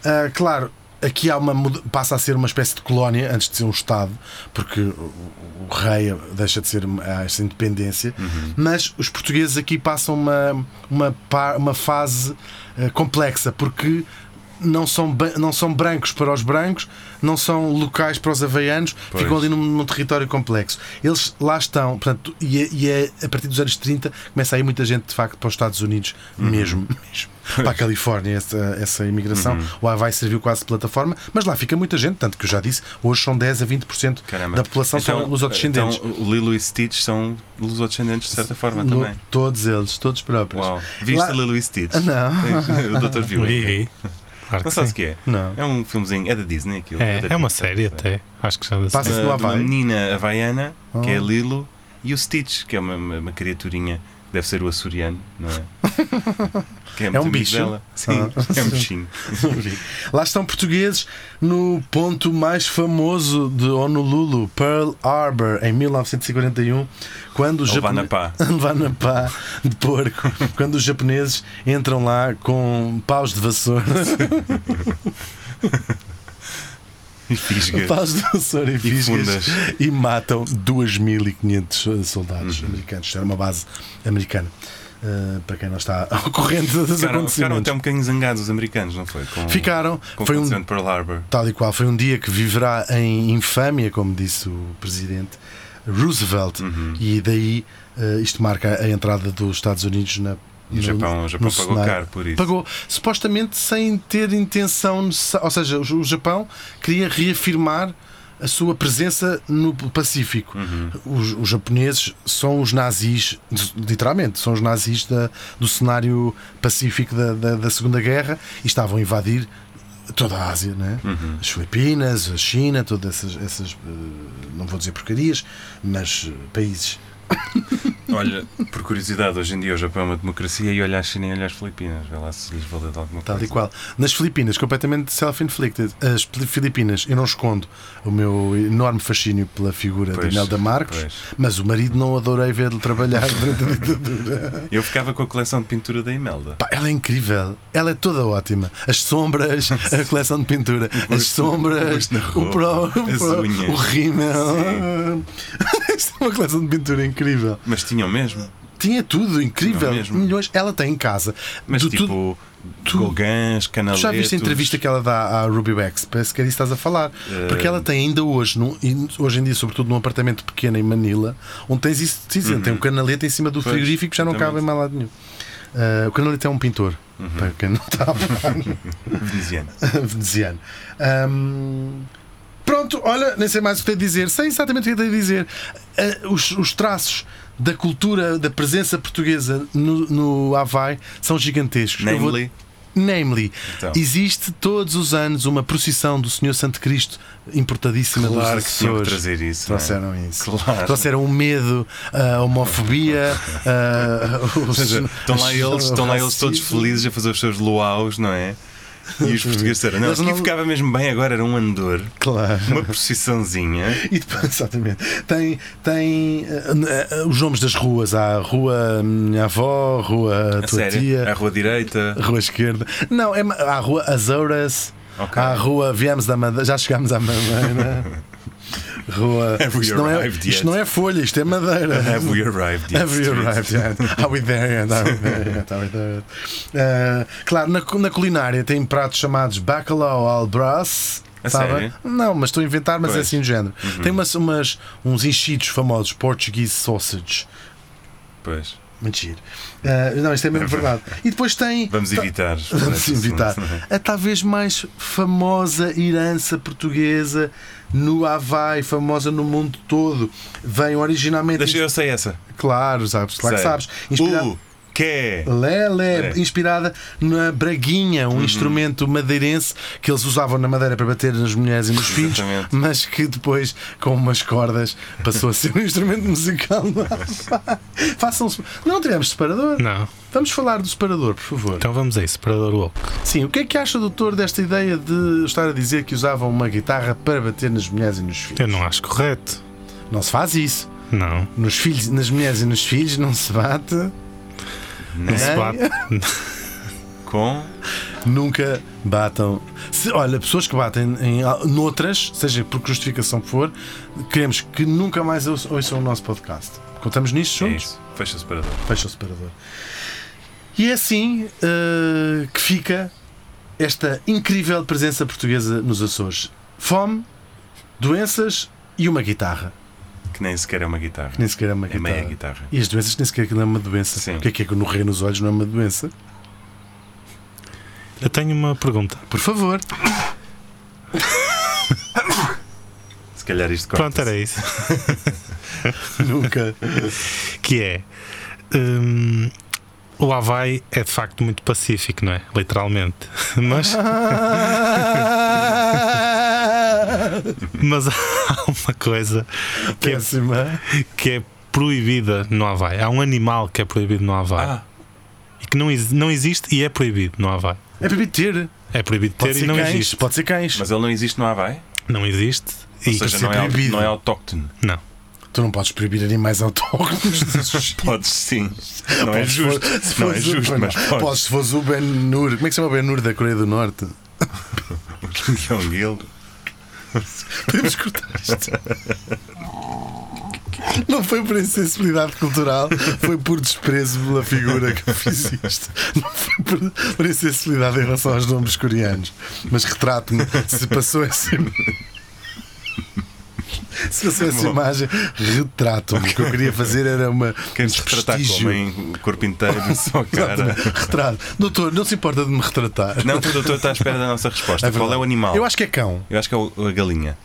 B: Ah, claro, aqui há uma muda- passa a ser uma espécie de colónia antes de ser um Estado, porque o, o- o rei deixa de ser ah, esta independência, mas os portugueses aqui passam uma, uma, pa- uma fase ah, complexa, porque não são, ba- não são brancos para os brancos, não são locais para os havaianos,
C: Pois.
B: ficam ali num, num território complexo. Eles lá estão, portanto, e, é- e é a partir dos anos 30 começa a ir muita gente de facto para os Estados Unidos, mesmo, [LAUGHS] mesmo para a Califórnia, essa, essa imigração. O Havaí serviu quase de plataforma, mas lá fica muita gente, tanto que eu já disse, hoje são 10 a 20%
C: Caramba.
B: da população são
C: Então-
B: os descendentes.
C: Então, o Lilo e Stitch são lusodescendentes de certa forma
B: No-
C: também.
B: todos eles, todos próprios.
C: Uau. Viste
B: Lá- Ah,
C: Lilo e Stitch?
B: Não.
C: o Dr.
A: [LAUGHS]
C: viu.
A: E, claro que
C: Não sabes
A: sim.
C: o que é?
B: Não.
C: É um filmezinho, é da Disney aquilo. da
A: É, é
C: Disney.
A: uma série até. Acho que já da
B: Passa-
A: série.
B: Isso não
C: Uma, de uma
B: vai?
C: menina havaiana, que é
B: Ah.
C: Lilo, e o Stitch, que é uma, uma, uma criaturinha, deve ser o açoriano, não é?
B: [LAUGHS]
C: Que é muito
B: um
C: amigo
B: bicho?
C: dela. Sim,
B: Ah. [LAUGHS]
C: é um bichinho. [LAUGHS]
B: Lá estão portugueses no ponto mais famoso de Honolulu, Pearl Harbor, em 1941, quando os
C: Ou vá na
B: japoneses. [LAUGHS]
C: pá.
B: Levar na pá de porco, quando os japoneses entram lá com paus de vassoura,
C: [LAUGHS] E fisga.
B: paus de vassoura e
C: fundas.
B: fisgas e matam 2.500 eh, soldados americanos. Isto era uma base americana. Uh, para quem não está [LAUGHS] ao corrente dos
C: Ficaram, ficaram
B: acontecimentos,
C: até um bocadinho zangados os americanos, não foi? Com,
B: ficaram.
C: com o
B: Foi um
C: acontecimento de Pearl
B: [LAUGHS]
C: Harbor.
B: Tal e qual. Foi um dia que viverá em infâmia, como disse o presidente Roosevelt.
C: Uhum.
B: E daí eh, isto marca a entrada dos Estados Unidos na.
C: E o
B: no-
C: Japão, o Japão
B: no
C: pagou
B: cenário.
C: caro por isso.
B: Pagou, supostamente sem ter intenção necessária. Ou seja, o o Japão queria reafirmar a sua presença no Pacífico.
C: Uhum.
B: Os, os japoneses são os nazis, literalmente, são os nazis da- do cenário pacífico da, da- da Segunda Guerra e estavam a invadir toda a Ásia, né?
C: Uhum.
B: as Filipinas, a China, todas essas, essas, eh, não vou dizer porcarias, mas eh, países
C: Olha, por curiosidade, hoje em dia o Japão é uma democracia e olha a China e olha as Filipinas. Vê lá se lhes valeu de alguma
B: Tal
C: coisa.
B: e qual. Nas Filipinas, completamente self-inflicted. As Pili- Filipinas, eu não escondo o meu enorme fascínio pela figura
C: Pois,
B: de Nelda Marcos,
C: pois.
B: mas o marido não adorei ver-lhe trabalhar [LAUGHS] durante a ditadura.
C: Eu ficava com a coleção de pintura da Imelda.
B: Pá, ela é incrível, ela é toda ótima. As sombras,
C: [LAUGHS]
B: a coleção de pintura, as sombras,
C: gosto na
B: o,
C: roupa,
B: pró,
C: as
B: o, pró,
C: unhas.
B: o [LAUGHS] rímel. Isto é uma coleção de pintura incrível.
C: Mas tinham mesmo.
B: Tinha tudo, incrível.
C: Não é mesmo?
B: Milhões. Ela tem em casa.
C: Mas
B: Do tudo-
C: tipo, é Golgãs,
B: Tu
C: canaletos...
B: já viste a entrevista que ela dá à Ruby Wax? Parece que é disso que estás a falar.
C: Eh.
B: Porque ela tem ainda hoje, num- e hoje em dia, sobretudo num apartamento pequeno em Manila, onde tens isso, tens, tem um canaleta em cima do
C: Uhum. Pois,
B: frigorífico que já não cabe em
C: exatamente. Uhum.
B: mais lado nenhum. Ah, o canaleta é um pintor, para quem não está a par,
C: veneziana?
B: [LAUGHS] veneziano. Ahm, pronto, olha, nem sei mais o que tenho a dizer, sei exatamente o que tenho a dizer. Ah, os, os traços da cultura, da presença portuguesa no, no Havaí são gigantescos. Eu vou-
C: Namely,
B: Namely,
C: Então.
B: existe todos os anos uma procissão do Senhor Santo Cristo importadíssima
C: claro
B: dos
C: que tinham que
B: Açores.
C: trazer isso. não é?
B: Trouxeram isso.
C: Claro.
B: Trouxeram o medo, a
C: [LAUGHS]
B: homofobia. ah, a-
C: Ou seja,
B: os- [LAUGHS]
C: estão lá eles, estão lá eles todos
B: racismo.
C: felizes a fazer os seus luaus, não é? E
B: [LAUGHS]
C: os portugueses disseram, não,
B: Eles
C: aqui
B: não-
C: ficava mesmo bem, agora era um andor,
B: Claro.
C: uma
B: [LAUGHS]
C: procissãozinha.
B: E depois, exatamente. Tem, tem eh, eh, os nomes das ruas. Há a rua hum, Minha Avó, Rua
C: A
B: Tua
C: sério,
B: Tia.
C: à rua direita.
B: Rua esquerda. Não, é, ma- há a rua Azores.
C: Ok.
B: Há a rua Viemos da Madeira. Já chegámos à Madeira.
C: [LAUGHS]
B: rua.
C: Have we
B: Isto não, é,
C: arrived yet?
B: isto não é folha, isto é Madeira.
C: Have [LAUGHS] we arrived yet?
B: Have we arrived yet?
C: [LAUGHS]
B: Are we there yet? Are we there yet? Are we there yet? Ah, claro, na, cu- na culinária tem pratos chamados bacalhau al brás.
C: A sério?
B: Não, mas estou a inventar, mas é
C: Pois. Uhum.
B: assim do género. Tem umas, umas- uns enchidos famosos, Portuguese sausage.
C: Pois,
B: Mentira. não, isto é mesmo verdade. E depois tem.
C: vamos
B: ta-
C: evitar.
B: [LAUGHS] Tá. Vamos evitar.
C: é?
B: A talvez mais famosa herança portuguesa no Havaí, famosa no mundo todo. Vem originalmente.
C: Deixa eu sei essa.
B: Claro, sabes, claro que
C: Sei. Uh,
B: sabes. Inspirada...
C: O que
B: Lele,
C: É.
B: inspirada na braguinha,
A: Uhum.
B: um instrumento madeirense que eles usavam na madeira para bater nas mulheres e nos filhos,
C: Exatamente.
B: mas que depois, com umas cordas, passou a ser um [LAUGHS] instrumento musical. [LAUGHS] no Havaí. Façam se Não tivemos separador?
A: Não.
B: Vamos falar do separador, por favor.
A: Então vamos a isso, Separador Woke.
B: Sim, o que é que acha, doutor, desta ideia de estar a dizer que usavam uma guitarra para bater nas mulheres e nos filhos?
A: Eu não acho correto.
B: Não se faz isso.
A: Não.
B: Nos filhos, nas mulheres e nos filhos não se bate. é?
A: Não se bate.
C: Com
B: Nunca batam. Se, olha, pessoas que batem em, noutras, seja por que justificação que for, queremos que nunca mais ouç- ouçam o nosso podcast. Contamos nisto
C: é
B: juntos?
C: isso. Fecha o separador.
B: Fecha o separador. E é assim eh, que fica esta incrível presença portuguesa nos Açores. Fome, doenças e uma guitarra.
C: Que nem sequer é uma guitarra.
B: Nem sequer é uma
C: É
B: guitarra.
C: meia guitarra.
B: E as doenças nem sequer aquilo é uma doença.
C: Sim.
B: O que é que é que o no rei nos olhos não é uma doença?
A: Eu tenho uma pergunta.
B: Por favor.
C: [LAUGHS] Se calhar isto
A: Pronto,
C: corta-se.
A: era isso. [LAUGHS]
C: [LAUGHS]
B: Nunca.
A: que é hum, o Havaí é de facto muito pacífico, não é? Literalmente. [LAUGHS] Mas,
B: Ah!
A: mas há uma coisa que é,
B: Péssima.
A: que é proibida no Havaí. Há um animal que é proibido no Havaí
C: Ah,
A: e que não, ex- não existe e é proibido no Havaí.
B: É proibido ter.
A: É proibido ter
B: Pode
A: e
B: ser
A: não
B: cães.
A: existe.
B: Pode ser cães.
C: mas ele não existe no Havaí?
A: Não existe.
C: Ou
A: e-
C: seja,
B: ser
C: não é, au-
B: proibido.
C: não é autóctono.
A: não.
B: Tu não podes proibir animais autóctonos.
C: Podes sim. Não [LAUGHS] é
B: Podes, se
C: justo.
B: for- se
C: Não
B: fores
C: é
B: o-
C: justo,
B: pois
C: mas
B: não.
C: podes.
B: Podes, se fosse o Ben Nur. Como é que se chama o Ben Nur da Coreia do Norte?
C: John Gill.
B: Podemos cortar isto. Não foi por insensibilidade cultural, foi por desprezo pela figura que eu fiz isto. Não foi por, por insensibilidade em relação aos nomes coreanos. Mas retrato-me se passou essa im- Se passou essa
C: Bom.
B: imagem, retrato-me. O que eu queria fazer era uma.
C: Queres
B: um
C: retratar
B: prestígio.
C: como em o corpo inteiro, só a cara.
B: Exatamente. Retrato. Doutor, não se importa de me retratar.
C: Não, o doutor está à espera da nossa resposta. Qual é o
B: verdade.
C: animal?
B: Eu acho que é cão.
C: Eu acho que é o- a galinha.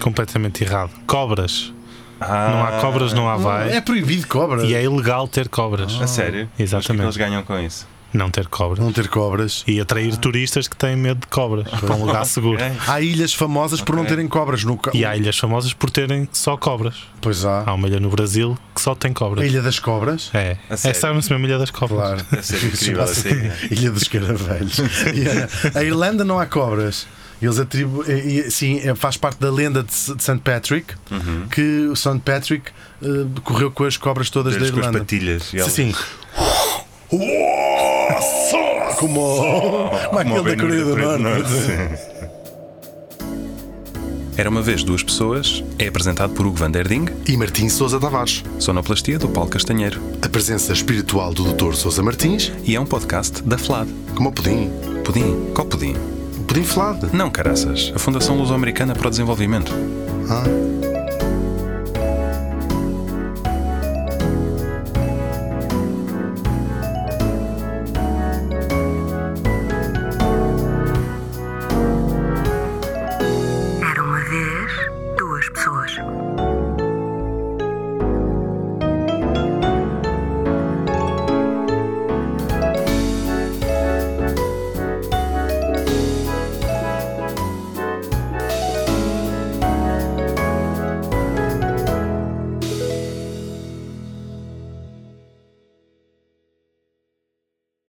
A: Completamente errado. Cobras.
C: Ah,
A: Não há cobras no Havaí
B: É proibido cobra.
A: e é ilegal ter cobras.
C: A sério? Mas o que é que
A: Exatamente.
C: eles ganham com isso.
A: não ter cobras
B: não ter cobras.
A: e atrair turistas que têm medo de cobras para um lugar seguro.
C: Ah. [LAUGHS] Ok.
B: Há ilhas famosas por não
C: Ok.
B: terem cobras no ca-
A: E há ilhas famosas por terem só cobras.
B: Pois
A: Há
B: há.
A: uma ilha no Brasil que só tem
B: A
A: cobras.
B: Ilha das Cobras.
A: É,
C: A
A: é
C: sério?
A: chama-se mesmo Ilha das Cobras.
B: Claro.
C: Deve ser incrível assim, é. essa ilha.
B: Ilha dos
C: [LAUGHS]
B: Caravelhos. E, eh, a Irlanda não há cobras. Eles atribuem. Sim, eh, faz parte da lenda de S- de St. Patrick
C: Uhum.
B: que o St. Patrick eh, correu com as cobras todas
C: Eles
B: da
C: com as
B: Irlanda.
C: patilhas. e elas-
B: Sim. sim. Como, como
C: Como
B: aquele da
C: bem
B: Coreia
C: no
B: do
C: Coreia do
B: Norte.
C: Era uma vez duas pessoas é apresentado por Hugo Van Der Ding,
F: E Martim Sousa Tavares,
C: sonoplastia do Paulo Castanheiro,
F: a presença espiritual do Dr. Sousa Martins,
C: e é um podcast da FLAD.
F: como o pudim.
C: Pudim? Qual pudim?
F: O pudim flade.
C: Não, caraças. A Fundação Luso-Americana para o Desenvolvimento.
F: Ah.
E: Era uma vez duas pessoas.